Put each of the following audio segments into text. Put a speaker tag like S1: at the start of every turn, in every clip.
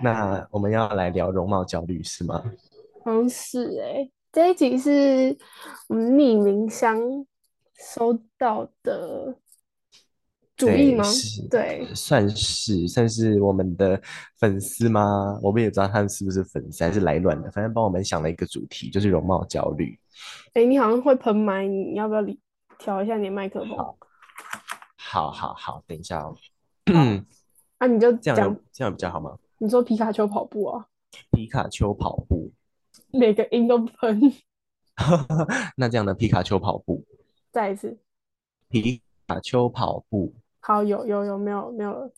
S1: 那我们要来聊容貌焦虑是吗？
S2: 好像是哎、这一集是我们匿名箱收到的主意
S1: 对，
S2: 吗？
S1: 是，
S2: 对，
S1: 算是算是我们的粉丝吗？我们也不知道他们是不是粉丝，还是来乱的。反正帮我们想了一个主题，就是容貌焦虑。
S2: 哎、你好像会喷麦，你要不要理调一下你的麦克风？
S1: 好好好，等一下哦，
S2: 啊，你就
S1: 这样有
S2: 讲，
S1: 这样比较好吗？
S2: 你说皮卡丘跑步啊，
S1: 皮卡丘跑步，
S2: 每个音都喷，
S1: 那这样的皮卡丘跑步，
S2: 再一次，
S1: 皮卡丘跑步，
S2: 好，有有有，没有没有了，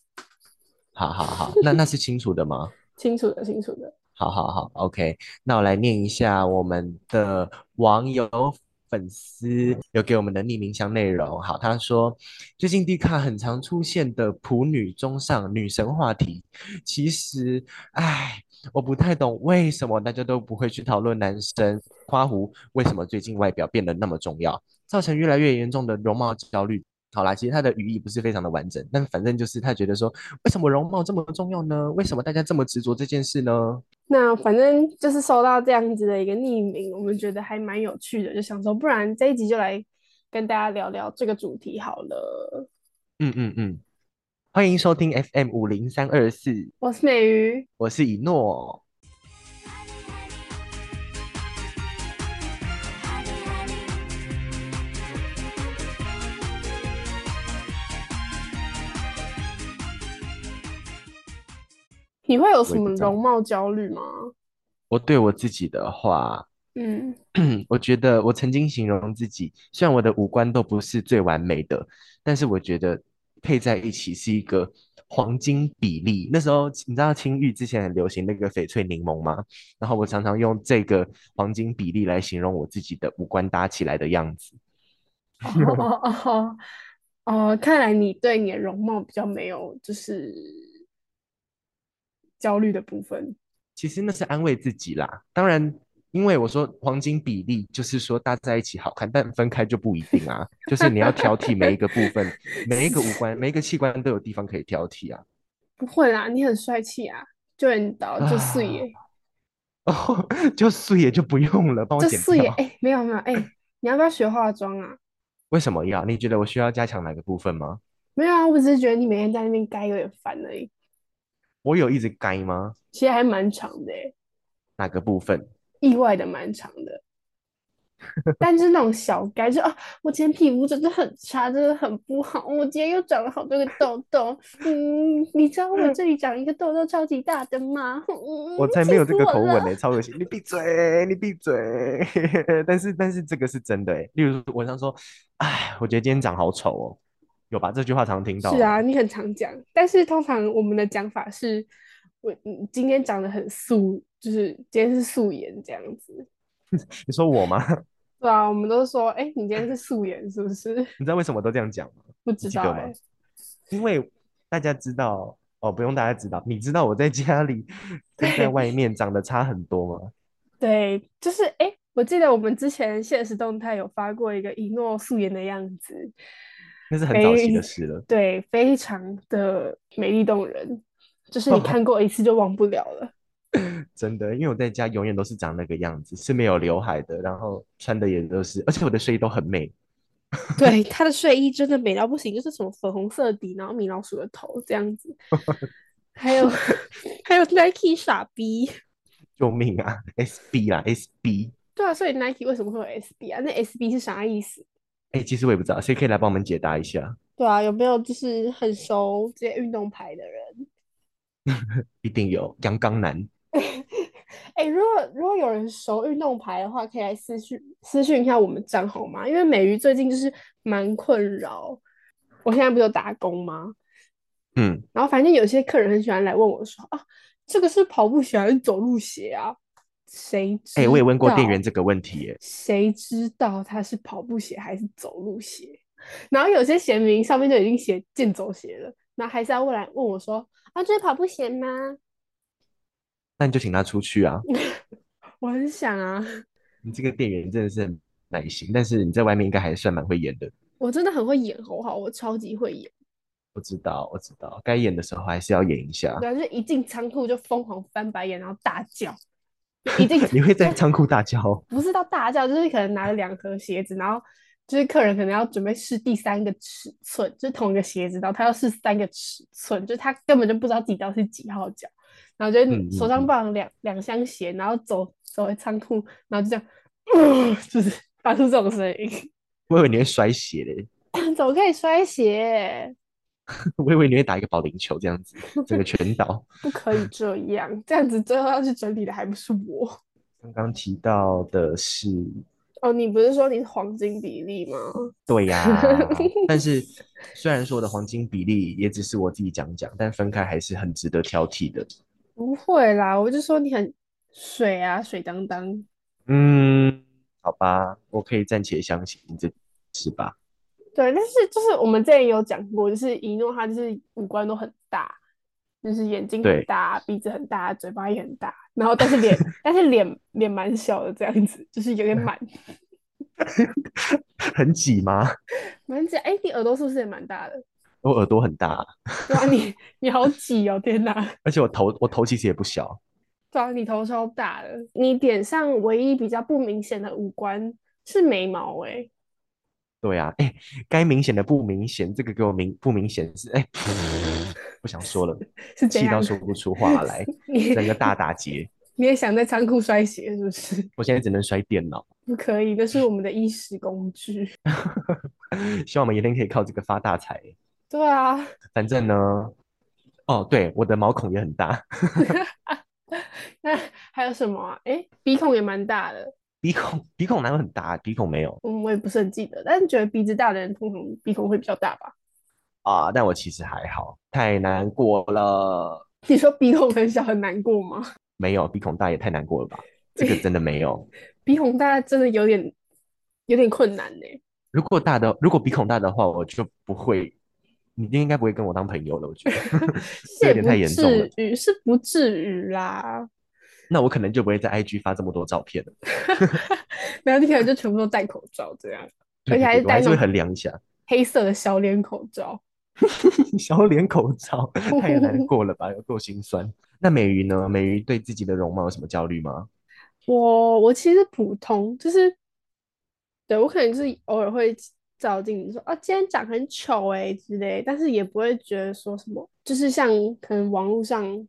S1: 好好好，那那是清楚的吗？
S2: 清楚的清楚的，
S1: 好好好，OK，那我来念一下我们的网友粉丝有给我们的匿名箱内容。好，他说最近 D 卡很常出现的普女中上女神话题，其实，唉，我不太懂为什么大家都不会去讨论男生花狐为什么最近外表变得那么重要，造成越来越严重的容貌焦虑。好啦，其实他的语义不是非常的完整，但反正就是他觉得说，为什么容貌这么重要呢？为什么大家这么执着这件事呢？
S2: 那反正就是收到这样子的一个匿名，我们觉得还蛮有趣的，就想说，不然这一集就来跟大家聊聊这个主题好了。
S1: 嗯嗯嗯，欢迎收听 FM 五零三二四，
S2: 我是美鱼，
S1: 我是以诺。
S2: 你会有什
S1: 我也不
S2: 么
S1: 知道
S2: 容貌焦虑吗？
S1: 我对我自己的话，
S2: 嗯，
S1: 我觉得我曾经形容自己，虽然我的五官都不是最完美的，但是我觉得配在一起是一个黄金比例。那时候你知道青玉之前很流行那个翡翠柠檬吗？然后我常常用这个黄金比例来形容我自己的五官搭起来的样子。
S2: 哦哦哦哦，哦，看来你对你的容貌比较没有就是焦虑的部分。
S1: 其实那是安慰自己啦。当然，因为我说黄金比例，就是说搭在一起好看，但分开就不一定啊。就是你要挑剔每一个部分，每一个五官，每一个器官都有地方可以挑剔啊。
S2: 不会啦，你很帅气啊，就你到就四
S1: 啊
S2: 爷，
S1: 哦，就素颜就不用了，帮我
S2: 就
S1: 剪
S2: 四爷，
S1: 掉。
S2: 哎、没有没有，哎、你要不要学化妆啊？
S1: 为什么要？你觉得我需要加强哪个部分吗？
S2: 没有啊，我只是觉得你每天在那边该有点烦而已，
S1: 我有一直该吗？
S2: 其实还蛮长的、欸，
S1: 哪个部分？
S2: 意外的蛮长的。 但是那种小该就啊，我今天皮肤真的很差，真的很不好，我今天又长了好多个痘痘。嗯，你知道我这里长一个痘痘超级大的吗？嗯，
S1: 我才没
S2: 气
S1: 有这
S2: 死
S1: 个
S2: 我
S1: 口吻
S2: 了
S1: 呢、超恶心！你闭嘴，你闭嘴。 但是，但是这个是真的哎、例如我常说，哎，我觉得今天长好丑哦，有吧？这句话常听到
S2: 是
S1: 啊。
S2: 啊，你很常讲，但是通常我们的讲法是，我嗯今天长得很素，就是今天是素颜这样子。
S1: 你说我吗？
S2: 对啊，我们都说，哎、你今天是素颜是不是？
S1: 你知道为什么都这样讲吗？
S2: 不
S1: 你
S2: 知
S1: 记得
S2: 道哎、
S1: 吗？因为大家知道哦，不用大家知道，你知道我在家里跟在
S2: 对
S1: 外面长得差很多吗？
S2: 对，就是哎、诶我记得我们之前现实动态有发过一个一诺素颜的样子，
S1: 那是很早期
S2: 非
S1: 的事 了。
S2: 对，非常的美丽动人，就是你 看过一次就忘不了了。
S1: 真的，因为我在家永远都是长那个样子，是没有刘海的，然后穿的也都是，而且我的睡衣都很美。
S2: 对，她的睡衣真的美到不行，就是什么粉红色底，然后米老鼠的头这样 子，还 有还有 Nike 傻逼，
S1: 救命啊！SB 啦，SB。
S2: 对啊，所以 Nike 为什么会有 SB 啊？那 SB 是啥意思？
S1: 哎、其实我也不知道，谁可以来帮我们解答一下？
S2: 对啊，有没有就是很熟这些运动牌的人？
S1: 一定有阳刚男。
S2: 哎、如果如果有人熟运动牌的话，可以来私讯私讯一下我们账号吗？因为美鱼最近就是蛮困扰，我现在不是有打工吗？
S1: 嗯，
S2: 然后反正有些客人很喜欢来问我说啊，这个是跑步鞋还是走路鞋啊？谁知
S1: 哎、我也问过店
S2: 道
S1: 员这个问题耶、
S2: 谁知道它是跑步鞋还是走路鞋？然后有些鞋名上面就已经写健走鞋了，然后还是要问来问我说啊，这是跑步鞋吗？
S1: 那你就请他出去啊。
S2: 我很想啊。
S1: 你这个店员真的是很耐心，但是你在外面应该还算蛮会演的。
S2: 我真的很会演，好不好？我超级会演。
S1: 我知道，我知道，该演的时候还是要演一下。
S2: 对啊，就是一进仓库就疯狂翻白眼，然后大叫，一进
S1: 你会在仓库大叫哦？
S2: 不是到大叫，就是可能拿了两盒鞋子，然后就是客人可能要准备试第三个尺寸，就是同一个鞋子，然后他要试三个尺寸，就是他根本就不知道自己到底是几号脚，然后就
S1: 嗯
S2: 手
S1: 嗯
S2: 上
S1: 嗯
S2: 抱了两两箱鞋，然后走走回仓库，然后就这样，呃就是发出这种声音，
S1: 我以为你会摔鞋嘞，
S2: 怎么可以摔鞋？
S1: 我以为你会打一个保龄球这样子，整个全倒。
S2: 不可以这样，这样子最后要去整理的还不是我？
S1: 刚刚提到的是，
S2: 哦，你不是说你是黄金比例吗？
S1: 对呀、但是虽然说我的黄金比例也只是我自己讲讲，但分开还是很值得挑剔的。
S2: 不会啦，我就说你很水啊，水当当。
S1: 嗯，好吧，我可以暂且相信这是吧？
S2: 对，但是就是我们之前有讲过，就是一诺他就是五官都很大，就是眼睛很
S1: 对
S2: 大，鼻子很大，嘴巴也很大，然后但是 脸但是脸脸蛮小的这样子，就是有点
S1: 嗯
S2: 满
S1: 很挤吗？
S2: 蛮挤。哎，你耳朵是不是也蛮大的？
S1: 我耳朵很大，
S2: 对啊，你你好挤哦，天哪！
S1: 而且我头我头其实也不小。
S2: 对啊，你头超大的，你脸上唯一比较不明显的五官是眉毛哎、
S1: 对啊，哎，该明显的不明显，这个给我明不明显是哎，不想说了，
S2: 是怎
S1: 气到
S2: 样？
S1: 说不出话来，
S2: 你
S1: 整个大打结。
S2: 你也想在仓库摔鞋是不是？
S1: 我现在只能摔电脑，
S2: 不可以，那是我们的衣食工具。
S1: 希望我们一天可以靠这个发大财。
S2: 对啊，
S1: 反正呢，哦，对，我的毛孔也很大，
S2: 那还有什么啊？哎，鼻孔也蛮大的，
S1: 鼻孔鼻孔哪有很大？啊鼻孔没有
S2: 嗯，我也不是很记得，但是觉得鼻子大的人通常鼻孔会比较大吧？
S1: 啊，但我其实还好，太难过了。
S2: 你说鼻孔很小很难过吗？
S1: 没有，鼻孔大也太难过了吧？这个真的没有。
S2: 鼻孔大真的有点有点困难呢、
S1: 如果大的，如果鼻孔大的话，我就不会，你应该不会跟我当朋友了。我觉得
S2: 是
S1: 这有
S2: 也
S1: 点
S2: 不
S1: 太严重了
S2: 至于，是不至于啦。
S1: 那我可能就不会在 IG 发这么多照片了。
S2: 然后你可能就全部都戴口罩这样，而
S1: 对对
S2: 且还
S1: 对，
S2: 是
S1: 我
S2: 戴
S1: 还是
S2: 那
S1: 会
S2: 种
S1: 衡量一下。
S2: 黑色的小脸口罩。
S1: 小脸口罩太难过了吧？有够心酸。那美鱼呢？美鱼对自己的容貌有什么焦虑吗？
S2: 我我其实普通，就是对我可能就是偶尔会照镜子说啊，今天长很丑哎、之类，但是也不会觉得说什么，就是像可能网络上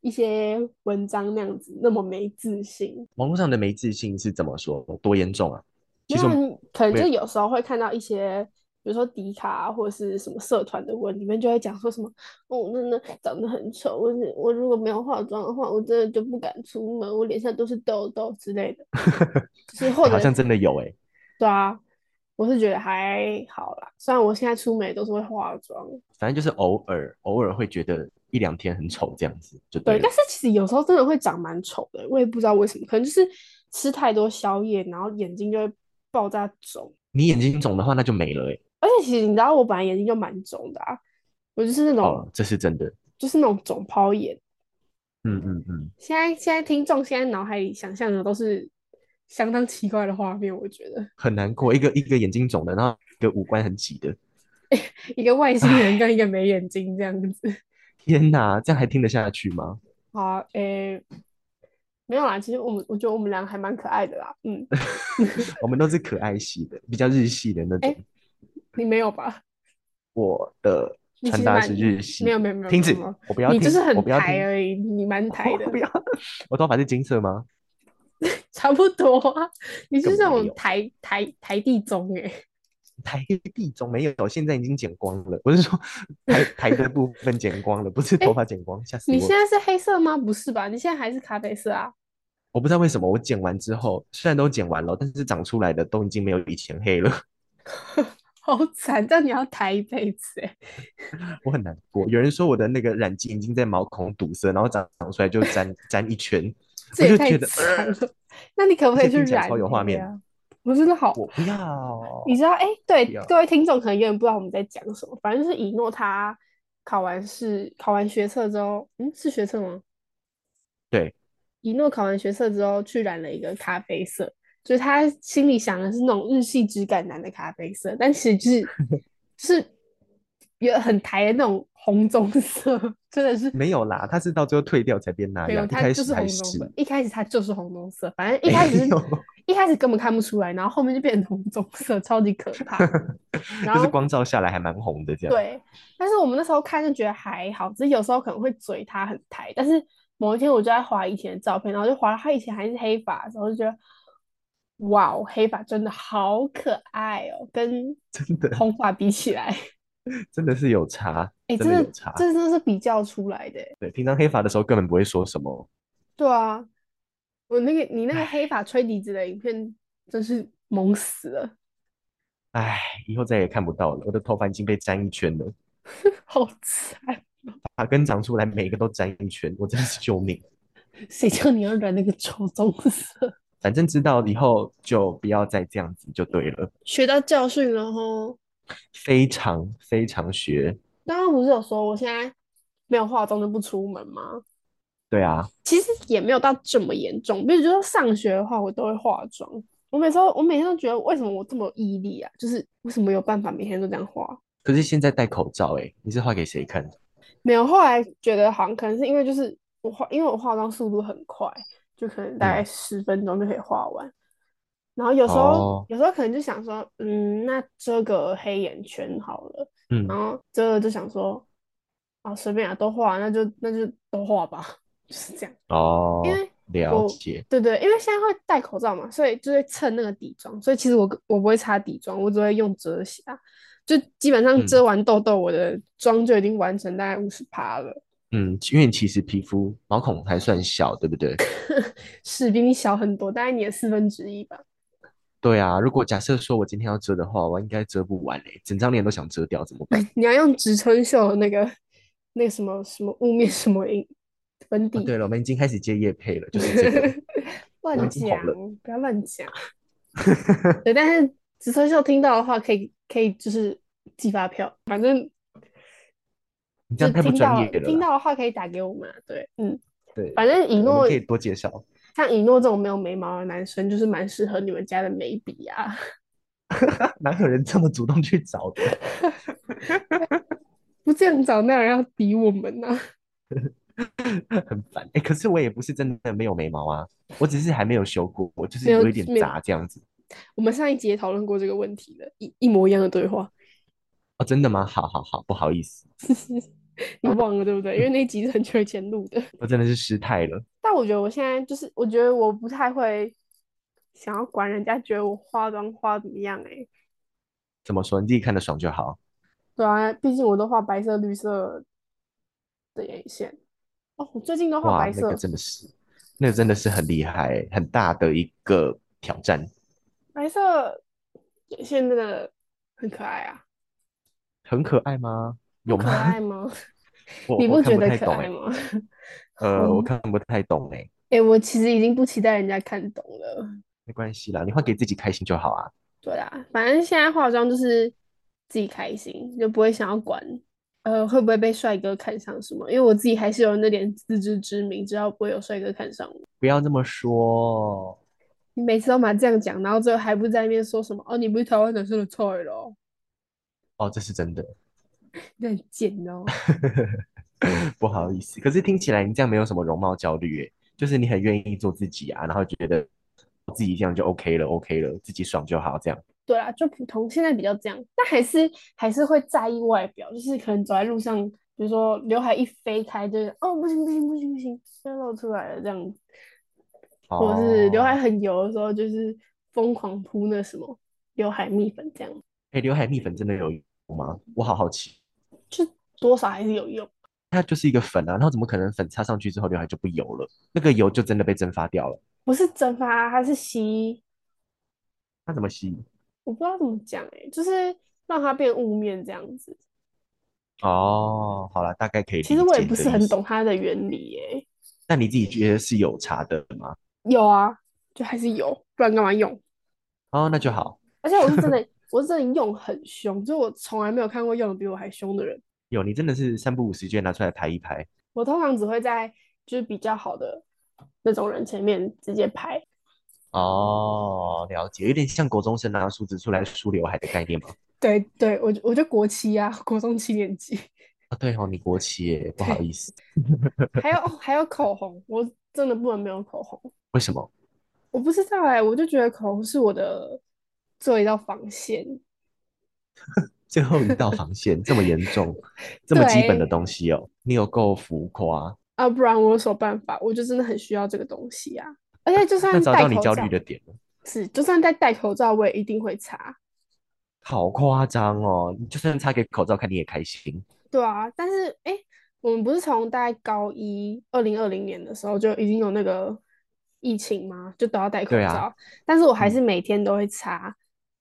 S2: 一些文章那样子那么没自信。
S1: 网络上的没自信是怎么说？多严重啊？其实
S2: 那
S1: 我们
S2: 你可能
S1: 我
S2: 就
S1: 也
S2: 有时候会看到一些，比如说迪卡啊或者是什么社团的文，里面就会讲说什么，哦，我真的长得很丑，我是我如果没有化妆的话，我真的就不敢出门，我脸上都是痘痘之类的，就是 或
S1: 好
S2: 者
S1: 像真的有哎、
S2: 对啊，我是觉得还好啦，虽然我现在出门也都是会化妆，
S1: 反正就是偶尔偶尔会觉得一两天很丑这样子就对
S2: 对，
S1: 了
S2: 但。是其实有时候真的会长蛮丑的，我也不知道为什么，可能就是吃太多宵夜，然后眼睛就会爆炸肿。
S1: 你眼睛肿的话，那就没了哎、
S2: 而且其实你知道，我本来眼睛就蛮肿的啊，我就是那种
S1: 哦，这是真的。
S2: 就是那种肿泡眼。
S1: 嗯嗯嗯，
S2: 现在现在听众现在脑海里想象的都是相当奇怪的画面，我觉得
S1: 很难过。一个一个眼睛肿的，然后一个五官很挤的。
S2: 一个外星人跟一个没眼睛这样子。
S1: 天哪，这样还听得下去吗？
S2: 好啊，诶、没有啦，其实我们我觉得我们俩还蛮可爱的啦，嗯，
S1: 我们都是可爱系的，比较日系的那种。
S2: 哎你没有吧？
S1: 我的
S2: 你其
S1: 穿
S2: 实
S1: 搭
S2: 蛮
S1: 是日系，
S2: 没有没有没有
S1: 停止
S2: 没有，
S1: 我不要
S2: 你
S1: 听，
S2: 就是很
S1: 我不要
S2: 台
S1: 听，
S2: 而已，你蛮台的
S1: 我，不要，我头发是金色吗？
S2: 差不多啊，你是
S1: 根
S2: 这
S1: 本没
S2: 种
S1: 有
S2: 台台台地欸中诶、
S1: 台地中没有，现在已经剪光了。我是说台台的部分剪光了，不 是头发剪光，吓死
S2: 哎你
S1: 我！
S2: 现在是黑色吗？不是吧？你现在还是咖啡色啊？
S1: 我不知道为什么我剪完之后，虽然都剪完了，但是长出来的都已经没有以前黑了，
S2: 好惨，但你要台一辈子欸诶、
S1: 我很难过。有人说我的那个染剂已经在毛孔堵塞，然后长长出来就粘粘一 圈，
S2: 这
S1: 我
S2: 也
S1: 就
S2: 太
S1: 觉得
S2: 惨
S1: 呃
S2: 了。 那你可不可
S1: 而
S2: 以
S1: 且
S2: 去
S1: 听起来
S2: 染
S1: 超有画
S2: 黑
S1: 面
S2: 啊？我真的好
S1: 我不要，
S2: 你知道，哎、对
S1: 不要
S2: 各位听众可能有点不知道我们在讲什么，反正就是以诺他考完试、考完学测之后，嗯，是学测吗？
S1: 对，
S2: 以诺考完学测之后去染了一个咖啡色，就是他 心里想的是那种日系质感男的咖啡色，但其实就是就是有很台的那种红棕色，真的是
S1: 没有啦，它是到最后褪掉才变那
S2: 没有，
S1: 样，嗯哎一
S2: 它
S1: 开
S2: 就
S1: 始
S2: 是红
S1: 还
S2: 棕
S1: 是哎
S2: 色，一开始它就是红棕色，反正一
S1: 没
S2: 开始是
S1: 有，
S2: 一开始根本看不出来，然后后面就变成红棕色，超级可 怕。
S1: 就
S2: 然
S1: 是
S2: 后
S1: 光照下来还蛮红的这样。
S2: 对，但是我们那时候看就觉得还好，只是有时候可能会嘴他很抬。但是某一天我就在划以前的照片，然后就划到他以前还是黑发的时候，就觉得哇哦，黑发真的好可爱哦，跟
S1: 真的
S2: 红发比起来，
S1: 真的是有差，
S2: 哎、
S1: 真
S2: 真
S1: 的
S2: 的
S1: 有差。
S2: 这真的是比较出来的欸。
S1: 对，平常黑发的时候根本不会说什么，
S2: 对啊，我那个你那个黑
S1: 唉
S2: 发吹笛子的影片真是萌死了，
S1: 唉，以后再也看不到了。我的头发已经被粘一圈了，
S2: 好惨！
S1: 发根长出来每一个都粘一圈，我真的是救命。
S2: 谁叫你要染那个丑棕色？
S1: 反正知道以后就不要再这样子就对了，
S2: 学到教训了吼。
S1: 非常非常学。
S2: 刚刚不是有说我现在没有化妆就不出门吗？
S1: 对啊，
S2: 其实也没有到这么严重，比如说上学的话，我都会化妆。我每次都我每天都觉得，为什么我这么有毅力啊？就是为什么有办法每天都这样化？
S1: 可是现在戴口罩、欸，你是画给谁看的？
S2: 没有，后来觉得好像可能是因为就是我化，因为我化妆速度很快，就可能大概
S1: 嗯，
S2: 十分钟就可以化完。然后有时候
S1: 哦，
S2: 有时候可能就想说，嗯，那遮个黑眼圈好了。然
S1: 嗯，
S2: 后遮了就想说，啊，随便啊，都画，那就那就都画吧， 就是这样。因
S1: 哦，
S2: 为
S1: 了
S2: 我
S1: 解，
S2: 对对，因为现在会戴口罩嘛，所以就会蹭那个底妆，所以其实我跟我不会擦底妆，我只会用遮瑕，就基本上遮
S1: 嗯
S2: 完痘痘，我的妆就已经完成大概五十趴了，
S1: 嗯，因为你其实皮肤毛孔还算小，对不对？
S2: 是比你小很多，大概你的四分之一吧。
S1: 对啊，如果假设说我今天要遮的话，我应该遮不完诶、整张脸都想遮掉，怎么办？啊
S2: 你要用植村秀的那个那个什么什么雾面什么影粉
S1: 啊，
S2: 底，
S1: 对了，我们已经开始接业配了，就是这个，我
S2: 乱
S1: 们已经红
S2: 讲，
S1: 了。
S2: 不要乱讲。对，但是植村秀听到的话，可以可以就是寄发票，反正
S1: 你这样
S2: 就
S1: 太不
S2: 听
S1: 专
S2: 到
S1: 业了
S2: 听
S1: 啦。
S2: 到的话可以打给我们啊。对，嗯，
S1: 对
S2: 反正以
S1: 对，我们
S2: 诺
S1: 可以多介绍。
S2: 像以诺这种没有眉毛的男生，就是蛮适合你们家的眉笔啊。
S1: 哪有人这么主动去找的？
S2: 不这样找，那人要比我们呢、啊
S1: 很烦。哎、可是我也不是真的没有眉毛啊，我只是还没有修过，我就是
S2: 没有
S1: 有一点
S2: 没有，
S1: 杂这样子。
S2: 我们上一集也讨论过这个问题了，一一模一样的对话，
S1: 哦，真的吗？好好好，不好意思，
S2: 你忘了对不对？因为那一集是很久以前录的。
S1: 我真的是失态了。
S2: 但我觉得我现在就是，我觉得我不太会想要管人家觉得我化妆化怎么样诶、
S1: 怎么说？你自己看得爽就好。
S2: 对啊，毕竟我都画白色、绿色的眼线。哦，我最近都画
S1: 哇，
S2: 白
S1: 那个
S2: 色，
S1: 真的是，那个真的是很厉害欸，很大的一个挑战，
S2: 白色眼线真的很可爱啊，
S1: 很可爱吗？
S2: 不
S1: 有
S2: 可
S1: 吗？
S2: 爱吗？
S1: 我
S2: 你
S1: 我
S2: 不
S1: 看
S2: 觉
S1: 不
S2: 得
S1: 太
S2: 可
S1: 懂
S2: 爱
S1: 哎，
S2: 吗？ 嗯好，
S1: 呃，我看不太懂哎，
S2: 诶、我其实已经不期待人家看懂了。
S1: 没关系啦，你画给自己开心就好啊。
S2: 对啦，反正现在化妆就是自己开心，就不会想要管呃会不会被帅哥看上什么，因为我自己还是有那点自知之明，知道不会有帅哥看上我。
S1: 不要这么说，
S2: 你每次都嘛这样讲，然后最后还不是在那边说什么哦，你不是台湾男生的菜咯，
S1: 哦，这是真的，
S2: 你很贱哦。嗯
S1: 不好意思。可是听起来你这样没有什么容貌焦虑哎，就是你很愿意做自己啊，然后觉得自己这样就 OK 了，OK 了，自己爽就好，这样。
S2: 对啦，就普通，现在比较这样，但还是还是会在意外表，就是可能走在路上，比如说刘海一飞开，就是哦不行不行不行不行，要露出来了这样子，或者是刘海
S1: 哦，
S2: 很油的时候，就是疯狂扑那什么刘海蜜粉这样，
S1: 哎，刘海蜜粉真的有用吗？我好好奇。
S2: 就多少还是有用。
S1: 它就是一个粉啊，然后怎么可能粉擦上去之后刘海就不油了？那个油就真的被蒸发掉了。
S2: 不是蒸发，它是吸，
S1: 它怎么吸？
S2: 我不知道怎么讲诶、就是让它变雾面这样子。
S1: 哦，好啦，大概可以
S2: 其实
S1: 理
S2: 我也
S1: 解
S2: 不
S1: 你的
S2: 是
S1: 意
S2: 很
S1: 思。
S2: 懂它的原理诶、
S1: 那你自己觉得是有差的吗？
S2: 有啊，就还是有，不然干嘛用？
S1: 哦，那就好。
S2: 而且我是真 的，我是真的用很凶，就是我从来没有看过用的比我还凶的人。
S1: 有，你真的是三不五时就会拿出来拍一拍。
S2: 我通常只会在就是比较好的那种人前面直接拍，
S1: 哦，了解，有点像国中生拿梳子出来梳刘海的概念吗？
S2: 对对，我就我就国七啊，国中七年级，
S1: 啊，对哦，你国旗耶，不好
S2: 对
S1: 意思，
S2: 还有哦还有口红，我真的不能没有口红。
S1: 为什么？
S2: 我不知道哎、我就觉得口红是我的做一道防线。
S1: 最后一道防线这么严 重，这么基本的
S2: 对
S1: 东西哦，你有够浮夸。
S2: 啊，不然我有什么办法？我就真的很需要这个东西啊！而且就
S1: 那
S2: 算
S1: 找
S2: 戴
S1: 到你
S2: 口
S1: 焦虑
S2: 罩，
S1: 的点了，
S2: 是就算戴戴口罩，我也一定会擦。
S1: 好夸张哦！你就算擦给口罩看，你也开心。
S2: 对啊，但是哎、诶我们不是从大概高一二零二零年的时候就已经有那个疫情吗？就都要戴口
S1: 对啊，
S2: 罩，但是我还是
S1: 嗯，
S2: 每天都会擦，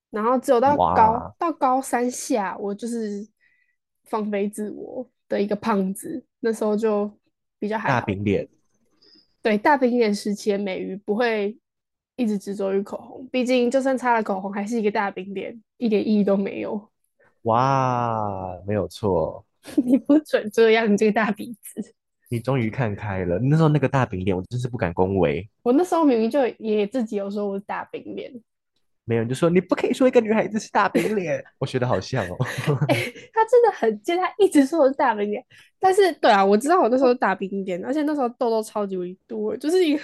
S2: 然后只有到高
S1: 哇，哦
S2: 到高三下，我就是放飞自我的一个胖子，那时候就比较还
S1: 大
S2: 好。
S1: 饼脸，
S2: 对，大饼脸时期的美鱼不会一直执着于口红，毕竟就算擦了口红，还是一个大饼脸，一点意义都没有。
S1: 哇，没有错，
S2: 你不准这样，你这个大鼻子！
S1: 你终于看开了。那时候那个大饼脸，我真是不敢恭维。
S2: 我那时候明明就也自己有说我是大饼脸，
S1: 没有人就说你不可以说一个女孩子是大饼脸，我学的好像哦。
S2: 哎、他真的很贱，他一直说我是大饼脸，但是对啊，我知道我那时候是大饼脸，而且那时候痘痘超级无敌多，就是一个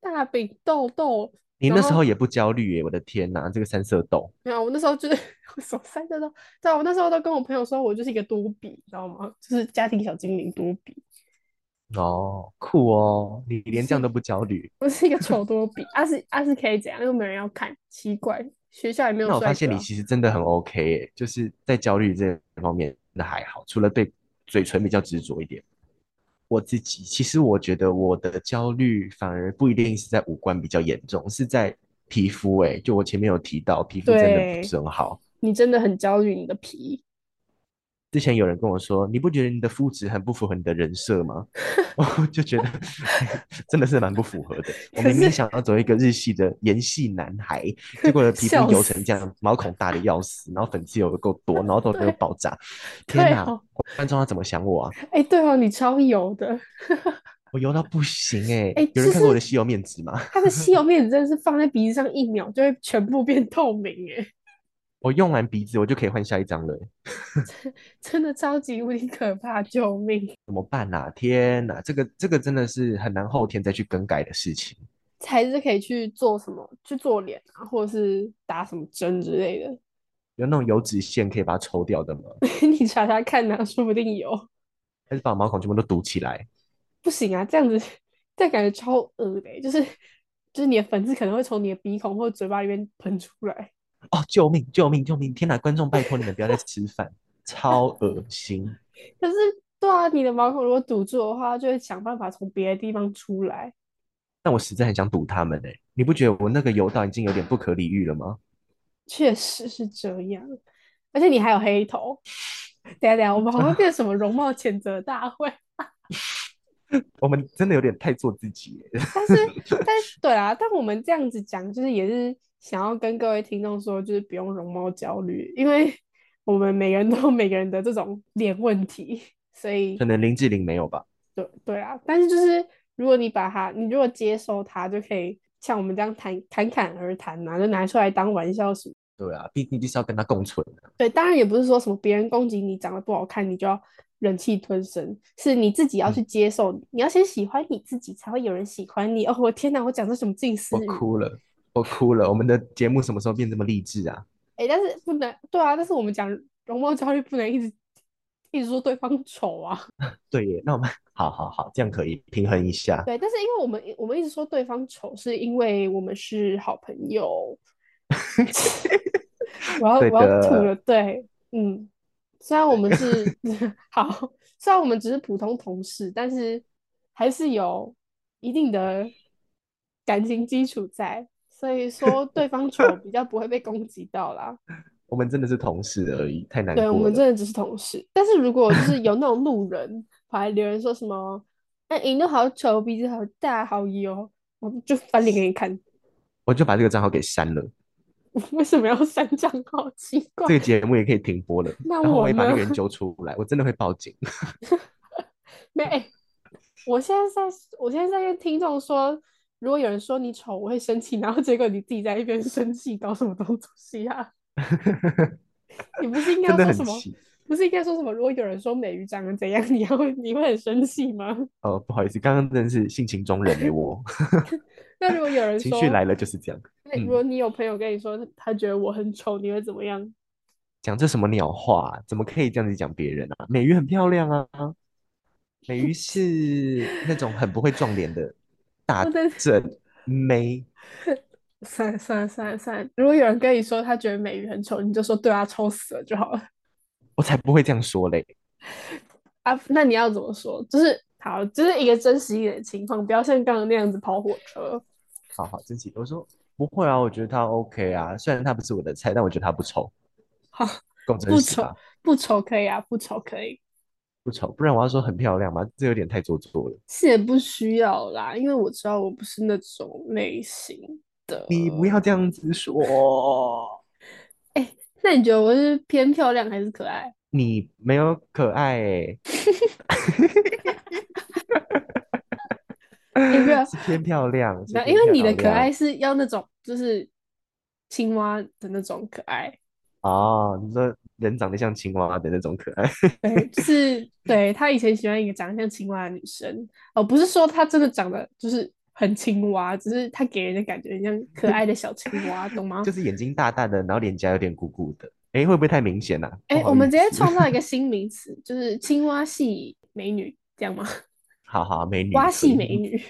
S2: 大饼痘痘，
S1: 你
S2: 然
S1: 那时
S2: 后
S1: 候也不焦虑耶，我的天哪，这个三色豆。
S2: 没有，我那时候就是 我手三个都，对啊，我那时候都跟我朋友说我就是一个多比，你知道吗？就是家庭小精灵多比。
S1: 哦，酷哦，你
S2: 我
S1: 连这
S2: 是
S1: 样
S2: 一
S1: 都不焦虑。
S2: 我是一个丑多比，阿是阿是可以怎样？又没人要看，奇怪，学校也没有
S1: 那我
S2: 帅
S1: 发现
S2: 哥
S1: 你
S2: 啊。
S1: 其实真的很 OK 耶，就是在焦虑这方面那还好，除了对嘴唇比较执着一点。我自己其实我觉得我的焦虑反而不一定是在五官比较严重，是在皮肤诶，就我前面有提到，皮肤真的不
S2: 对，
S1: 是很好。
S2: 你真的很焦虑你的皮，
S1: 之前有人跟我说，你不觉得你的肤质很不符合你的人设吗？ 我就觉得哎真的是蛮不符合的。我
S2: 可
S1: 明
S2: 是
S1: 明想要走一个日系的盐系男孩，结果皮肤
S2: 笑
S1: 油成
S2: 死。
S1: 这样，毛孔大的要死，然后粉刺有够多，然后头又
S2: 对
S1: 爆炸。天
S2: 对
S1: 哪，
S2: 哦，
S1: 观众要怎么想我啊？
S2: 哎对哦，你超油的，
S1: 我油到不行诶，
S2: 哎，
S1: 有
S2: 就
S1: 人
S2: 是
S1: 看过我的吸油面纸吗？
S2: 它的吸油面纸真的是放在鼻子上一秒就会全部变透明，哎，
S1: 我用完鼻子，我就可以换下一张了。 欸
S2: 真的超级无敌可怕，救命！
S1: 怎么办呐、天呐，这个这个真的是很难后天再去更改的事情。
S2: 还是可以去做什么，去做脸啊，或者是打什么针之类的，
S1: 有那种油脂腺可以把它抽掉的吗？
S2: 你查查看呢、说不定有。
S1: 还是把毛孔全部都堵起来？
S2: 不行啊，这样子，这样感觉超恶的欸、就是就是你的粉刺可能会从你的鼻孔或者嘴巴里面喷出来，
S1: 哦，救命！救命！救命！天哪，观众拜托你们不要再吃饭，超恶心。
S2: 可是对啊，你的毛孔如果堵住的话，就会想办法从别的地方出来。
S1: 但我实在很想堵他们哎、你不觉得我那个油到已经有点不可理喻了吗？
S2: 确实是这样，而且你还有黑头。等一下等一下，我们好像变成什么容貌谴责大会，
S1: 我们真的有点太做自己欸、
S2: 但是但是对啊，但我们这样子讲，就是也是想要跟各位听众说，就是不用容貌焦虑，因为我们每个人都有每个人的这种脸问题，所
S1: 可
S2: 以。
S1: 能林志玲没有吧？
S2: 对对啊，但是就是如果你把它，你如果接受它，就可以像我们这样侃侃侃而谈呐、就拿出来当玩笑什么。
S1: 对啊，毕竟就是要跟他共存的。
S2: 对，当然也不是说什么别人攻击你长得不好看，你就要忍气吞声，是你自己要去
S1: 嗯，
S2: 接受，你要先喜欢你自己，才会有人喜欢你。哦，我天哪，我讲这什么近
S1: 我
S2: 似语？
S1: 哭了，我哭了。我们的节目什么时候变这么励志啊？
S2: 哎，但是不能，对啊，但是我们讲容貌焦虑不能一直一直说对方丑啊。
S1: 对耶，那我们好好好，这样可以平衡一下。
S2: 对，但是因为我们我们一直说对方丑，是因为我们是好朋 友。 我要
S1: 对
S2: 我要吐了，
S1: 的，
S2: 对，嗯，虽然 我们是 好，虽然我们只是普通同事，但是还是有一定的感情基础在，所以说对方丑比较不会被攻击到啦。
S1: 我们真的是同事而已，太难
S2: 对，我
S1: 过
S2: 们
S1: 了。
S2: 真的只是同事，但是如果就是有那种路人跑来留言说什么“哎、你都好丑，鼻子好大，好油”，我就翻脸给你看。
S1: 我就把这个账号给删了。
S2: 为什么要删 账号？奇怪，
S1: 这个节目也可以停播了，
S2: 那
S1: 然后
S2: 我
S1: 我也把那
S2: 呢？
S1: 个人揪出来，我真的会报警。
S2: 没。哎我现在在，我现在在跟听众说，如果有人说你丑， 我会生气，然后结果你自己在一边生气，搞什么东西啊？你不是应该
S1: 真
S2: 要
S1: 的很
S2: 说什么？
S1: 奇。
S2: 不是应该说什么？如果有人说美鱼长得怎样，你要你会很生气吗？
S1: 哦，不好意思，刚刚真的是性情中人哎，我
S2: 那如果有人
S1: 情绪
S2: 说，
S1: 来了就是这样。
S2: 那
S1: 嗯，
S2: 如果你有朋友跟你说他觉得我很丑，你会怎么样？
S1: 讲这什么鸟话啊怎么可以这样子讲别人啊？美鱼很漂亮啊，美鱼是那种很不会撞脸的
S2: 我
S1: 大
S2: 的
S1: 正妹。
S2: 算了算了算了算了，如果有人跟你说他觉得美鱼很丑，你就说对啊，丑死了就好了
S1: 我才不会这样说嘞。
S2: 啊。那你要怎么说？就是好，就是一个真实一点的情况，不要像刚刚那样子跑火车。
S1: 好好，珍惜。我说不会啊，我觉得他 OK 啊，虽然他不是我的菜，但我觉得他不丑，
S2: 好，
S1: 够真
S2: 不
S1: 实
S2: 丑
S1: 吧？
S2: 不丑可以啊，不丑可以，
S1: 不丑，不然我要说很漂亮吗？这有点太做作了。
S2: 是也不需要啦，因为我知道我不是那种类型的。
S1: 你不要这样子说，
S2: 哎，那你觉得我是偏漂亮还是可爱？
S1: 你没有可爱 欸，
S2: 哎，不 要，
S1: 是偏漂亮，是
S2: 那因
S1: 偏
S2: 为
S1: 漂
S2: 你的可
S1: 亮
S2: 爱是要那种就是青蛙的那种可爱，
S1: 哦。你说人长得像青蛙的那种可爱，
S2: 对，就是对他以前喜欢一个长得像青蛙的女生，哦，不是说她真的长得就是很青蛙，只是她给人的感觉很像可爱的小青蛙，懂吗？
S1: 就是眼睛大大的，然后脸颊有点鼓鼓的。哎，会不会太明显啊？不
S2: 哎，我
S1: 好
S2: 们
S1: 意
S2: 直接
S1: 思。
S2: 创造 一个新名词，就是青蛙系美女，这样吗？
S1: 好好，美女
S2: 蛙
S1: 可
S2: 系
S1: 以，
S2: 美女，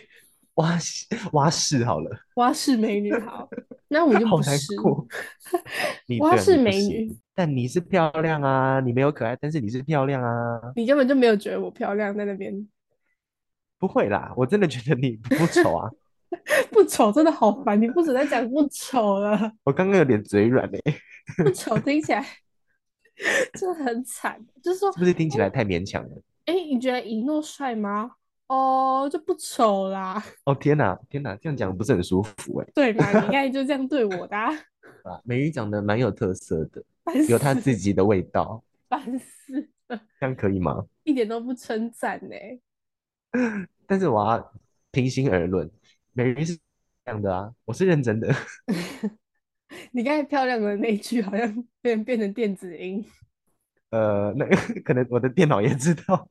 S1: 蛙式蛙式好了，
S2: 蛙式美女， 好，那我就
S1: 好
S2: 不
S1: 难
S2: 是，
S1: 过。你对
S2: 蛙
S1: 啊，你
S2: 式
S1: 不
S2: 美
S1: 行，
S2: 女，
S1: 但你是漂亮啊，你没有可爱，但是你是漂亮啊，
S2: 你根本就没有觉得我漂亮，在那边
S1: 不会啦，我真的觉得你不丑啊，
S2: 不丑，真的好烦，你不止在讲不丑了，
S1: 我刚刚有点嘴软欸嘞、
S2: 不丑听起来 真的很惨，就是说，
S1: 是不是听起来
S2: 哦，
S1: 太勉强了？
S2: 哎，你觉得一诺帅吗？哦，就不丑啦，
S1: 哦天哪，天哪，这样讲不是很舒服哎、
S2: 对嘛？你刚才就这样对我的啊，
S1: 啊，美语讲的蛮有特色的，
S2: 烦
S1: 有它
S2: 死
S1: 自
S2: 了，
S1: 己的味道，
S2: 烦死了，
S1: 这样可以吗？
S2: 一点都不称赞呢。
S1: 但是我要平心而论，美语是这样的啊，我是认真的，
S2: 你刚才漂亮的那一句好像变变成电子音，
S1: 呃，那可能我的电脑也知道。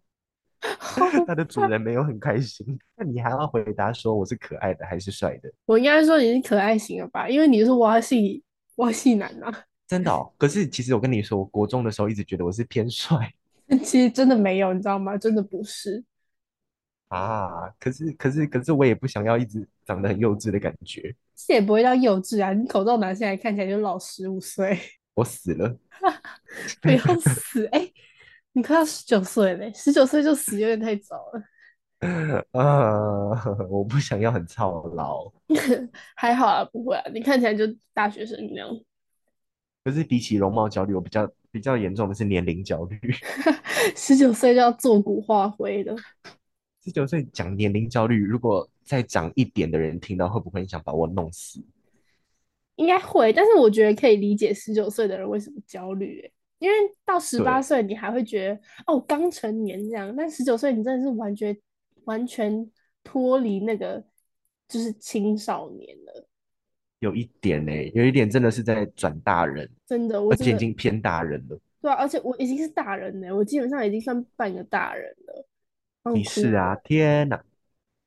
S2: 好
S1: 它的主
S2: 吧？
S1: 人没有很开心， 那你还要回答说我是可爱的还是帅的？
S2: 我应该说你是可爱型的吧，因为你是蛙系蛙系男啊，
S1: 真的哦，可是其实我跟你说，我国中的时候一直觉得我是偏帅
S2: 但其实真的没有，你知道吗？真的不是，
S1: 啊，可是可是可是我也不想要一直长得很幼稚的感觉，
S2: 这也不会到幼稚啊，你口罩拿下来看起来就老十五岁，
S1: 我死了，
S2: 不要死哎、你快要十九岁嘞，十九岁就死有点太早了，
S1: 啊， 我不想要很操劳。
S2: 还好啊，不会啊，你看起来就大学生那样，
S1: 可是比起容貌焦虑，我比较比较严重的是年龄焦虑。
S2: 十九岁就要做骨化灰了，
S1: 十九岁讲年龄焦虑，如果再长一点的人听到，会不会很想把我弄死？
S2: 应该会，但是我觉得可以理解十九岁的人为什么焦虑、欸，因为到十八
S1: 对，
S2: 岁你还会觉得哦刚成年这样，但十九岁你真的是完全完全脱离那个就是青少年了，
S1: 有一点呢、有一点真的是在转大人，
S2: 真的，我
S1: 而
S2: 真
S1: 且已
S2: 的
S1: 经偏大人了。
S2: 对啊，而且我已经是大人了，我基本上已经算半个大人了，很
S1: 你
S2: 哭
S1: 是啊，
S2: 了。
S1: 天哪，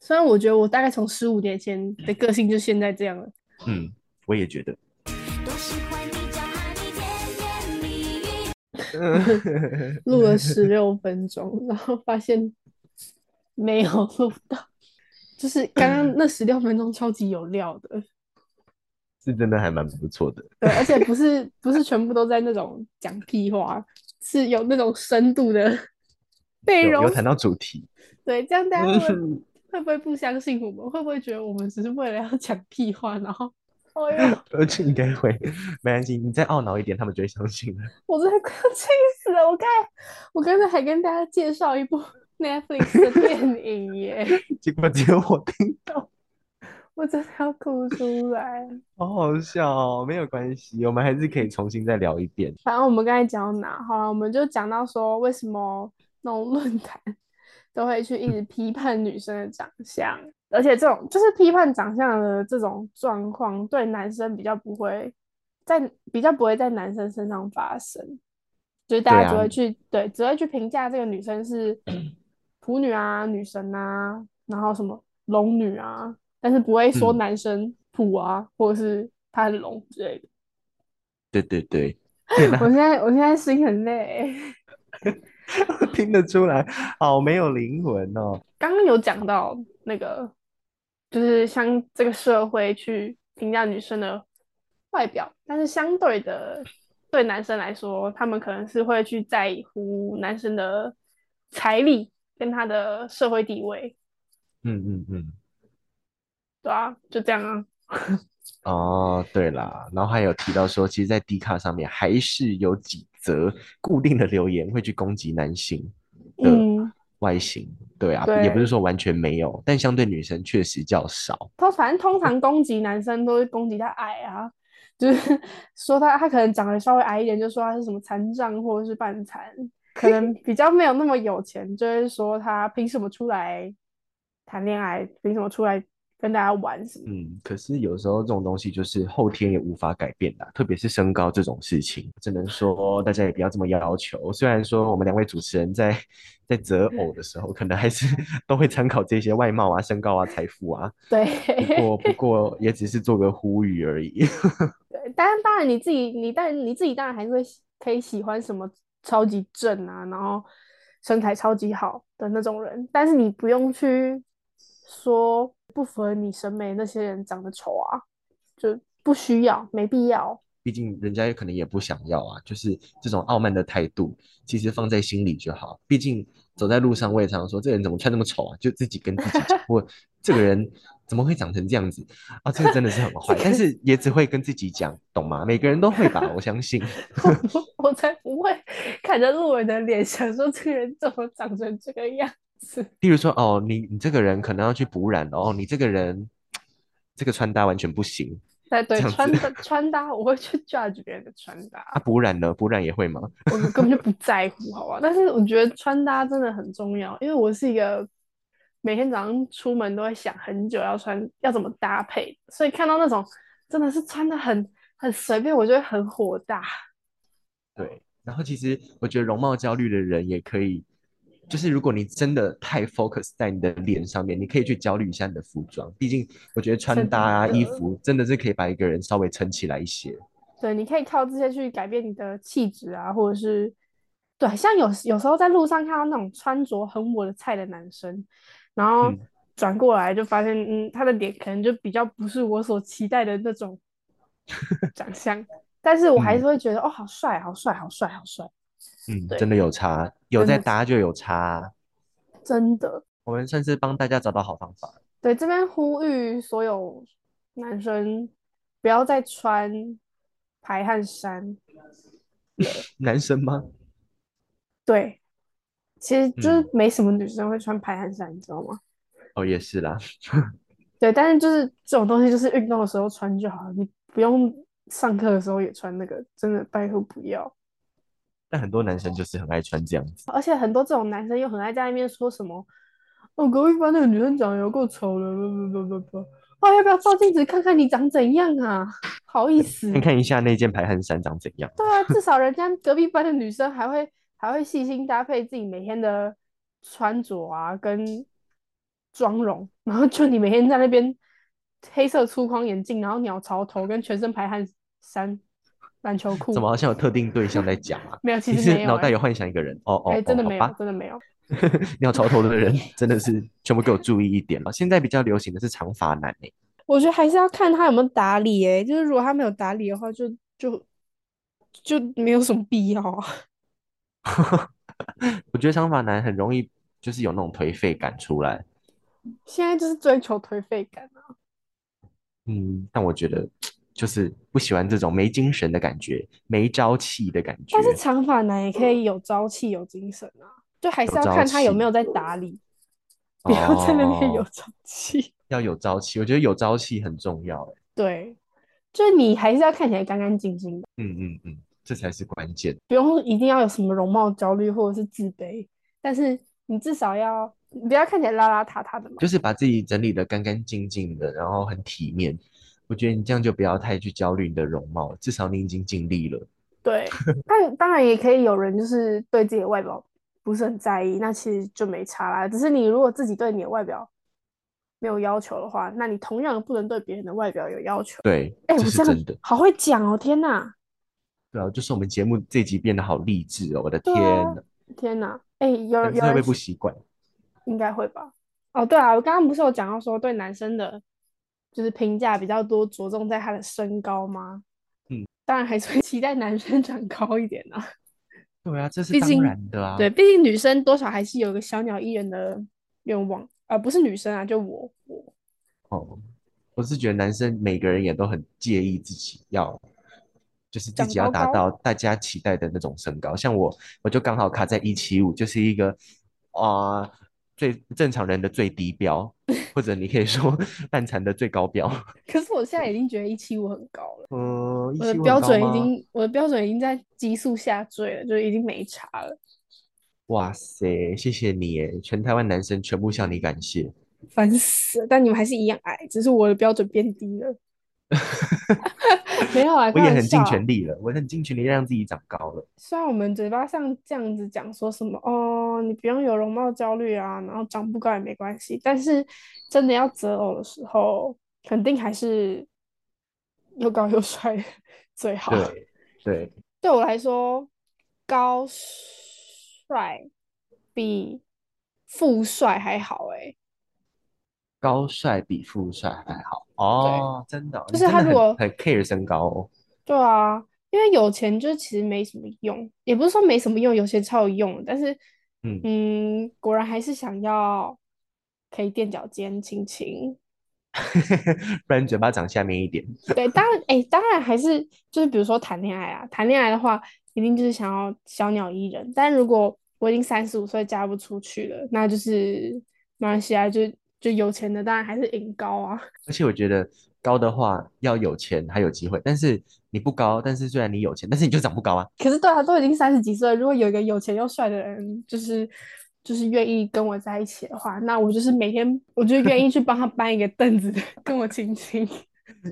S2: 虽然我觉得我大概从十五年前的个性就现在这样了，
S1: 嗯，我也觉得。
S3: 多喜欢你，叫喊你甜言蜜语。
S1: 嗯，
S2: 录了十六分钟，然后发现没有录到。就是刚刚那十六分钟超级有料的，
S1: 是真的还蛮不错的。
S2: 对，而且不是不是全部都在那种讲屁话，是有那种深度的内
S1: 有有
S2: 容。
S1: 谈到主题，
S2: 对，这样大 家会不会
S1: 嗯，
S2: 会不会不相信我们？会不会觉得我们只是为了要讲屁话？然后，哎呦，
S1: 而且应该会，没关系，你再懊恼一点，他们就会相信了。
S2: 我真的快要气死了！我刚才我刚才还跟大家介绍一部 Netflix 的电影耶，
S1: 结果只有我听到，
S2: 我真的要哭出来。
S1: 好好笑哦。没有关系，我们还是可以重新再聊一遍。
S2: 反正我们刚才讲到哪，好了，我们就讲到说为什么那种论坛都会去一直批判女生的长相，而且这种就是批判长相的这种状况，对男生比较不会在比较不会在男生身上发生，就是大
S1: 对
S2: 家只
S1: 啊
S2: 会去对，只会去评价这个女 生是普女啊、女神啊，然后什么龙女啊，但是不会说
S1: 嗯
S2: 男生普啊，或者是他很龙之类的。
S1: 对对对，天哪
S2: 我，现在我现在心很累，
S1: 听得出来，好没有灵魂哦。
S2: 刚刚有讲到那个，就是像这个社会去评价女生的外表，但是相对的，对男生来说，他们可能是会去在乎男生的财力跟他的社会地位，
S1: 嗯嗯嗯。
S2: 对啊，就这样啊。
S1: 哦，对啦，然后还有提到说，其实，在 d 卡上面还是有几则固定的留言会去攻击男性的
S2: 嗯，
S1: 外形，对啊，
S2: 对
S1: 也不是说完全没有，但相对女生确实较少。
S2: 他反正通常攻击男生都是攻击他矮啊， 就是说他他可能长得稍微矮一点，就说他是什么残障或者是半残，可能比较没有那么有钱， 就会说他凭什么出来谈恋爱，凭什么出来跟大家玩什么？
S1: 嗯，可是有时候这种东西就是后天也无法改变的，特别是身高这种事情，只能说大家也不要这么要求。虽然说我们两位主持人在在择偶的时候，可能还是 都会参考这些外貌啊、身高啊、财富啊，不
S2: 对，
S1: 过不过也只是做个呼吁而已。
S2: 对，当然当然你自己，你但你自己当然还是会喜可以喜欢什么超级正啊，然后身材超级好的那种人，但是你不用去说不符合你审美那些人长得丑啊，就不需要，没必要。
S1: 毕竟人家可能也不想要啊，就是这种傲慢的态度，其实放在心里就好。毕竟走在路上，我也常常说，这人怎么穿这么丑啊？就自己跟自己讲，或这个人怎么会长成这样子啊？这个真的是很坏
S2: 这，个
S1: 但是也只会跟自己讲，懂吗？每个人都会吧，我相信。
S2: 我不我才不会 看着路人的脸，想说这个人怎么长成这个样子。
S1: 例如说，哦，你你这个人可能要去补染哦，你这个人这个穿搭完全不行
S2: 哎，对，
S1: 这样子
S2: 穿搭穿搭，我会去 judge 别人的穿搭。
S1: 啊，补染呢？补染也会吗？
S2: 我根本就不在乎，好吧？但是我觉得穿搭真的很重要，因为我是一个每天早上出门都会想很久要穿要怎么搭配，所以看到那种真的是穿的很很随便，我就会很火大。
S1: 对，然后其实我觉得容貌焦虑的人也可以，就是如果你真的太 focus 在你的脸上面，你可以去焦虑一下你的服装，毕竟我觉得穿
S2: 真
S1: 搭啊、衣
S2: 的
S1: 服真的是可以把一个人稍微撑起来一些。
S2: 对，你可以靠这些去改变你的气质啊，或者是对，像有有时候在路上看到那种穿着很我的菜的男生，然后
S1: 嗯
S2: 转过来就发现，嗯，他的脸可能就比较不是我所期待的那 种长相，但是我还
S1: 嗯
S2: 是会觉得，哦，好帅，好帅，好帅，好帅，
S1: 嗯，
S2: 对
S1: 真的有差，有
S2: 真
S1: 在
S2: 的
S1: 搭就有差。
S2: 真的。
S1: 我们算是帮大家找到好方法了。
S2: 对，这边呼吁所有男生不要再穿排汗衫。
S1: 男生吗？
S2: 对，其实就是
S1: 嗯
S2: 没什么女生会穿排汗衫，你知道吗？
S1: 哦，也是啦。
S2: 对，但是就是这种东西，就是运动的时候穿就好了，你不用上课的时候也穿那个，真的拜托不要。
S1: 但很多男生就是很爱穿这样子。
S2: 而且很多这种男生又很爱在那边说什么，哦，隔壁班那个女生长得有够丑的，不不不不不，哦，要不要照镜子看看你长怎样啊？ 好意思，
S1: 先看一下那件排汗衫长怎样。
S2: 对啊，至少人家隔壁班的女生还会还会细心搭配自己每天的穿着啊，跟妆容，然后就你每天在那边黑色粗框眼镜，然后鸟巢头跟全身排汗衫、篮球裤
S1: 怎，么好像有特定对象在讲啊？
S2: 没有，其
S1: 你
S2: 实
S1: 是
S2: 没有
S1: 脑袋
S2: 哎、
S1: 有幻想一个人？哦
S2: 哎、
S1: 哦
S2: 真
S1: 哦，
S2: 的
S1: 好
S2: 没有，
S1: 吧。
S2: 真的没有。
S1: 尿槽头的人 真的是全部给我注意一点了。哦现在比较流行的是长发男欸诶、
S2: 我觉得还是要看他有没有打理、欸，就是如果他没有打理的话就，就就没有什么必要啊。
S1: 我觉得长发男很容易就是有那种颓废感出来。
S2: 现在就是追求颓废感啊，
S1: 嗯，但我觉得就是不喜欢这种没精神的感觉、没朝气的感觉
S2: 但。是长发男也可以有朝气、有精神啊，就还是
S1: 有
S2: 要
S1: 朝
S2: 看他有没
S1: 气
S2: 有在打理。不要在那边有
S1: 哦，
S2: 朝气。
S1: 要有朝气，我觉得有朝气很重要欸诶、
S2: 对，就是你还是要看起来干干净净的，
S1: 嗯嗯嗯，这才是关键。
S2: 不用一定要有什么容貌焦虑或者是自卑，但是你至少要不要看起来邋邋遢遢的嘛。
S1: 就是把自己整理的干干净净的，然后很体面。我觉得你这样就不要太去焦虑你的容貌了，至少你已经尽力了。
S2: 对，但当然也可以有人就是对自己的外表不是很在意，那其实就没差啦。只是你如果自己对你的外表没有要求的话，那你同样不能对别人的外表有要求。
S1: 对，
S2: 哎、
S1: 这
S2: 我
S1: 是
S2: 这样
S1: 真的。
S2: 好会讲哦，天哪，
S1: 对啊，就是我们节目这集变得好励志哦，我的
S2: 对
S1: 天
S2: 啊
S1: 哪，
S2: 天哪，哎、有
S1: 男
S2: 有
S1: 生会不会
S2: 人
S1: 不习惯？
S2: 应该会吧？哦，对啊，我刚刚不是有讲到说对男生的，就是评价比较多，着重在他的身高吗？
S1: 嗯，
S2: 当然还是会期待男生长高一点啊。
S1: 对啊，这是
S2: 毕
S1: 当
S2: 竟
S1: 然的 啊。
S2: 对，毕竟女生多少还是有个小鸟依人的愿望，呃，不是女生啊，就我我
S1: 哦，我是觉得男生每个人也都很介意自己要，就是自
S2: 长
S1: 己要
S2: 高
S1: 达
S2: 高
S1: 到大家期待的那种身高。像我，我就刚好卡在一七五，就是一个啊、呃最正常人的最低标，或者你可以说烂残的最高标。
S2: 可是我现在已经觉得一七五很高了，
S1: 嗯，一
S2: 我的
S1: 七五
S2: 标
S1: 很高
S2: 准已
S1: 吗？
S2: 经我的标准已经在急速下坠了，就已经没差了。
S1: 哇塞，谢谢你耶，全台湾男生全部向你感谢。
S2: 烦死了！但你们还是一样矮，只是我的标准变 低了。没有啊，
S1: 我
S2: 开
S1: 也
S2: 玩
S1: 很
S2: 笑
S1: 尽
S2: 啊。
S1: 全力了，我很尽全力让自己长高了。
S2: 虽然我们嘴巴上这样子讲说什么哦，你不用有容貌焦虑啊，然后长不高也没关系，但是真的要择偶的时候，肯定还是又高又帅最好。
S1: 对，对，
S2: 对我来说，高帅比富帅还好欸诶、
S1: 高帅比富帅还好哦，真的哦，
S2: 就
S1: 你
S2: 是
S1: 真
S2: 他
S1: 的
S2: 如
S1: 很
S2: 果
S1: 很 care 身高哦。
S2: 对啊，因为有钱就是其实没什么用，也不是说没什么用，有钱超有用的，但是，
S1: 嗯，
S2: 嗯，果然还是想要可以垫脚尖亲亲。
S1: 不然嘴巴长下面一点。
S2: 对，当然，哎，当然还是就是比如说谈恋爱啊，谈恋爱的话，一定就是想要小鸟依人。但如果我已经三十五岁嫁不出去了，那就是马来西亚就就有钱的，当然还是赢高啊。
S1: 而且我觉得高的话要有钱还有机会，但是你不高，但是虽然你有钱，但是你就长不高啊。
S2: 可是对啊，都已经三十几岁了，如果有一个有钱又帅的人，就是就是愿意跟我在一起的话，那我就是每天我就愿意去帮他搬一个凳子， 跟我亲亲，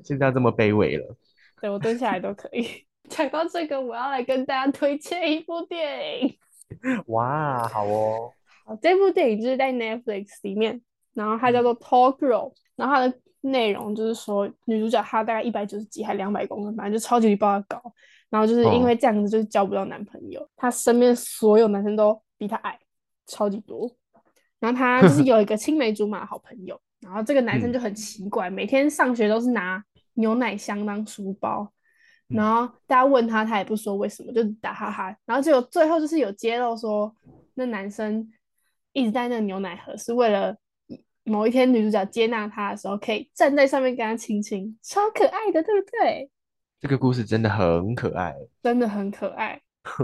S1: 现在要这么卑微了，
S2: 对我蹲下来都可以。 讲到这个，我要来跟大家推荐一部电影。
S1: 哇，好哦，
S2: 好，这部电影就是在 Netflix 里面，然后它叫做《Tall Girl》，然后它的内容就是说女主角她大概一百九十几还两百公分，反正就超级爆高，然后就是因
S1: 哦
S2: 为这样子就是交不到男朋友，她身边所有男生都比她矮超级多，然后她就是有一个青梅竹马的好朋友，然后这个男生
S1: 嗯
S2: 就很奇怪，每天上学都是拿牛奶箱当书包。
S1: 嗯
S2: 然后大家问他，他也不说为什么，就打哈哈。然后结果最后就是有揭露说，那男生一直在那个牛奶盒，是为了某一天女主角接纳他的时候，可以站在上面跟他亲亲，超可爱的，对不对？
S1: 这个故事真的很可爱。
S2: 真的很可 爱。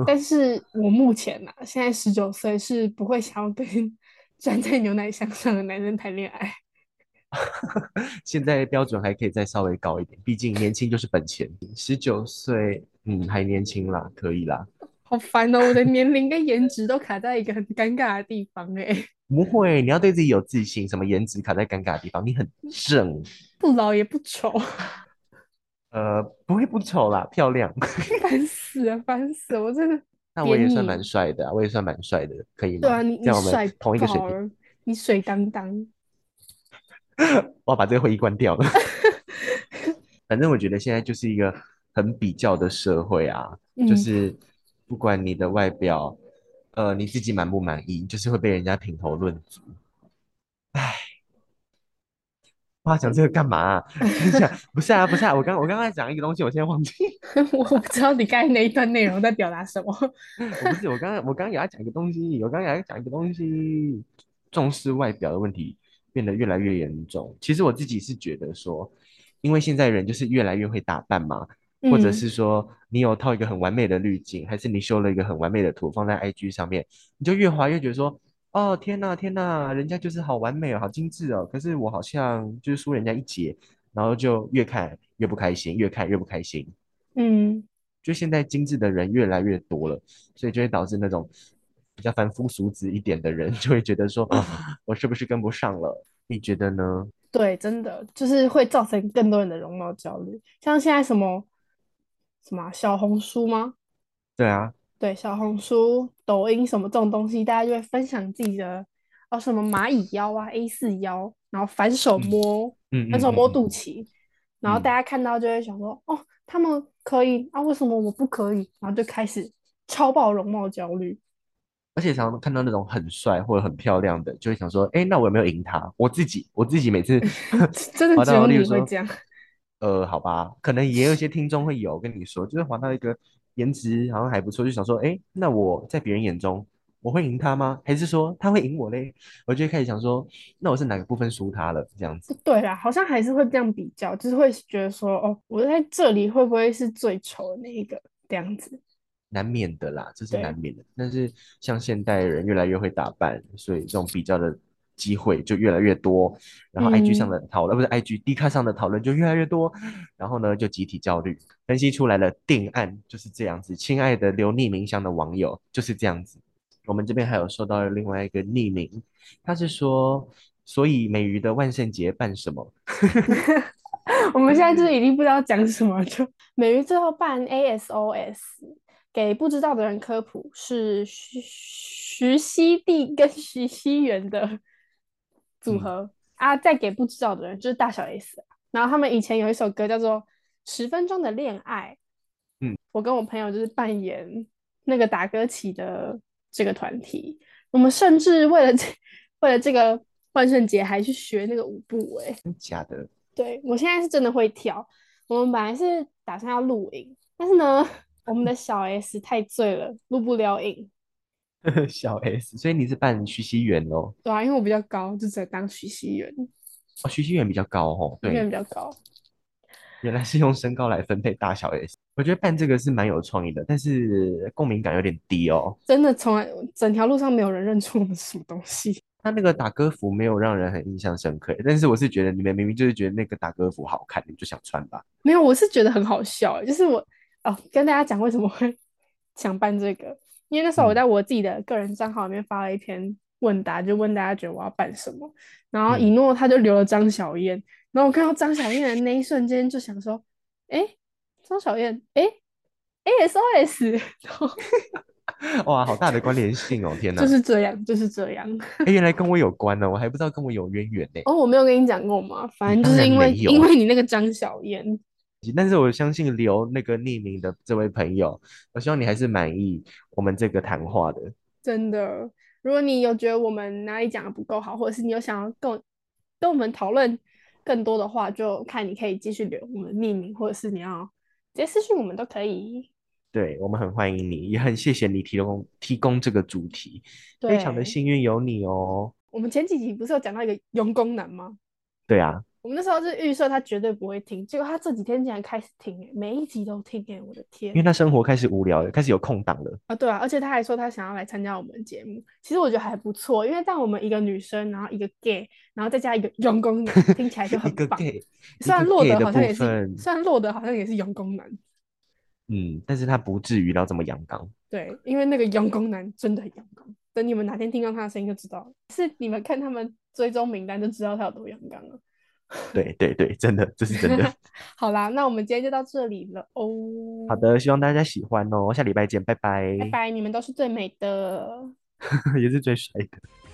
S2: 但是我目前呢、啊，现在十九岁是不会想要跟 站在牛奶箱上的男生谈恋爱。
S1: 现在标准还可以再稍微高一点，毕竟年轻就是本钱。十九岁，嗯，还年轻啦，可以啦。
S2: 好烦哦！我的年龄跟颜值都卡在一个很尴尬的地方哎、
S1: 不会，你要对自己有自信，什么颜值卡在尴尬的地方，你很正，
S2: 不老也不丑。
S1: 呃，不会不丑啦，漂亮。
S2: 烦死了，烦死了！我真的
S1: 那我也
S2: 便
S1: 算
S2: 宜
S1: 蛮帅的啊，我也算蛮帅的，可以
S2: 对
S1: 吗
S2: 啊，你？
S1: 这
S2: 你
S1: 样我
S2: 帅
S1: 们同一个水
S2: 爆
S1: 平。
S2: 了，你水当当。
S1: 我要把这个会议关掉 了。反正我觉得现在就是一个很比较的社会啊，就
S2: 嗯，
S1: 是不管你的外表，呃，你自己满不满意，就是会被人家评头论足。哇，讲这个干嘛啊？ 等一下，不是啊，不是啊，我刚我刚才讲一个东西，我现在忘记。
S2: 我不知道你刚才那一段内容在表达什么。
S1: 我不是，我刚刚我刚刚也要讲一个东西，我刚刚也要讲一个东西，重视外表的问题变得越来越严重。其实我自己是觉得说，因为现在人就是越来越会打扮嘛，或者
S2: 嗯，
S1: 是说你有套一个很完美的滤镜，还是你修了一个很完美的图放在 IG 上面，你就越滑越觉得说，哦天呐天呐，人家就是好完美哦，好精致哦，可是我好像就是输人家一截，然后就越看越不开心，越看越不开心。
S2: 嗯，
S1: 就现在精致的人越来越多了，所以就会导致那种比
S2: 嗯
S1: 较凡夫俗子一点的人就会觉得说，啊我是不是跟不上了？你觉得呢？
S2: 对，真的就是会造成更多人的容貌焦虑。像现在什么什么啊小红书吗？
S1: 对啊，
S2: 对，小红书、抖音什么这种东西，大家就会分享自己的哦，什么蚂蚁腰啊、A 四腰，然后反手
S1: 嗯
S2: 摸，
S1: 嗯嗯
S2: 反手
S1: 嗯
S2: 摸
S1: 嗯
S2: 肚脐，然后大家看到就会想说，哦，他们可以，啊，为什么我不可以？然后就开始超爆容貌焦虑。
S1: 而且常常看到那种很帅或者很漂亮的，就会想说，哎，那我有没有赢他？我自己，我自己 每次
S2: 真的
S1: 滑
S2: 只
S1: 到
S2: 有
S1: 例如
S2: 你会
S1: 说
S2: 这样
S1: 呃，好吧，可能也有一些听众会有跟你说，就是滑到一个颜值好像还不错，就想说，哎，那我在别人眼中我会赢他吗？还是说他会赢我嘞？我就会开始想说，那我是哪个部分输他了？这样子。
S2: 对啦，好像还是会这样比较，就是会觉得说，哦，我在这里会不会是最丑的那一个这样子？
S1: 难免的啦，这是
S2: 对
S1: 难免的。但是像现代人越来越会打扮，所以这种比较的机会就越来越多。然后 IG 上
S2: 嗯
S1: 的讨论，不是 IG，D 卡上的讨论就越来越多。然后呢，就集体焦虑，分析出来了定案就是这样子。亲爱的留匿名箱的网友就是这样子。我们这边还有收到另外一个匿名，他是说，所以美鱼的万圣节办什么？
S2: 我们现在就是已经不知道讲什么，就嗯美瑜最后办 ASOS，给不知道的人科普，是徐徐熙娣跟徐熙媛的组
S1: 嗯
S2: 合、啊，再给不知道的人就是大小 S，然啊后他们以前有一首歌叫做《十分钟的恋爱》，
S1: 嗯，
S2: 我跟我朋友就是扮演那个打歌起的这个团体，我们甚至为了这 为了这个万圣节还去学那个舞步、欸，
S1: 真假的？
S2: 对，我现在是真的会跳。我们本来是打算要录影，但是呢，我们的小 S 太醉了，录不了影。
S1: 小 S，所以你是扮徐熙媛哦，
S2: 对啊，因为我比较高，就只能当徐熙媛，
S1: 哦，徐熙媛比较高哦，
S2: 因为
S1: 对。
S2: 比较高。
S1: 原来是用身高来分配大小 S，我觉得办这个是蛮有创意的，但是共鸣感有点低哦。
S2: 真的从来整条路上没有人认出我们是什么东西。
S1: 他那个打歌服没有让人很印象深刻，但是我是觉得你们明明就是觉得那个打歌服好看，你们就想穿吧。
S2: 没有，我是觉得很好笑欸，就是我哦，跟大家讲为什么会 想办这个，因为那时候
S1: 嗯
S2: 我在我自己的个人账号里面发了一篇问答，就问大家觉得我要办什么，然后一
S1: 嗯，
S2: 诺他就留了张小燕，然后我看到张小燕的那一瞬间就想说，诶，张小燕，诶 ASOS，然后
S1: 哇，好大的关联性哦！天
S2: 就
S1: 哪，
S2: 是这样，就是 这样。
S1: 哎，原来跟我有关呢，我还不知道跟我有渊源呢。
S2: 哦，我没有跟你讲过吗？反
S1: 你
S2: 正就
S1: 当然
S2: 是因为
S1: 没
S2: 因
S1: 有，
S2: 为你那个张小燕，
S1: 但是我相信留那个匿名的这位朋友，我希望你还是满意我们这个谈话的。
S2: 真的，如果你有觉得我们哪里讲的不够好，或者是你有想要跟我跟我们讨论更多的话，就看你可以继续留我们匿名，或者是你要直接私信我们都可以。
S1: 对，我们很欢迎你，也很谢谢你提供提供这个主题，非常的
S2: 对，
S1: 幸运有你哦。
S2: 我们前几集不是有讲到一个佣工男吗？
S1: 对啊，
S2: 我们那时候是预设他绝对不会听，结果他这几天竟然开始听、欸，每一集都听、欸，我的
S1: 因为
S2: 天！
S1: 他生活开始无聊了，开始有空档了。
S2: 啊，对啊，而且他还说他想要来参加我们节目，其实我觉得还不错，因为让我们一个女生，然后一个 gay，然后再加一个佣工男，听起来就
S1: 一
S2: 很
S1: 个
S2: 棒。
S1: gay，一
S2: 虽然
S1: 个
S2: 洛
S1: gay
S2: 德
S1: 的
S2: 好像
S1: 部
S2: 也是，
S1: 分，
S2: 虽然洛德好像也是佣工男，
S1: 嗯，但是他不至于到这么阳刚。
S2: 对，因为那个佣工男真的很阳刚。等你们哪天听到他的声音就知道了，是你们看他们追踪名单就知道他有多阳刚了。
S1: 对对对，真的，这是真 的。
S2: 好啦，那我们今天就到这里了哦，
S1: 好的，希望大家喜欢哦，下礼拜见，拜
S2: 拜
S1: 拜，
S2: 拜，你们都是最美的。
S1: 也是最帅的。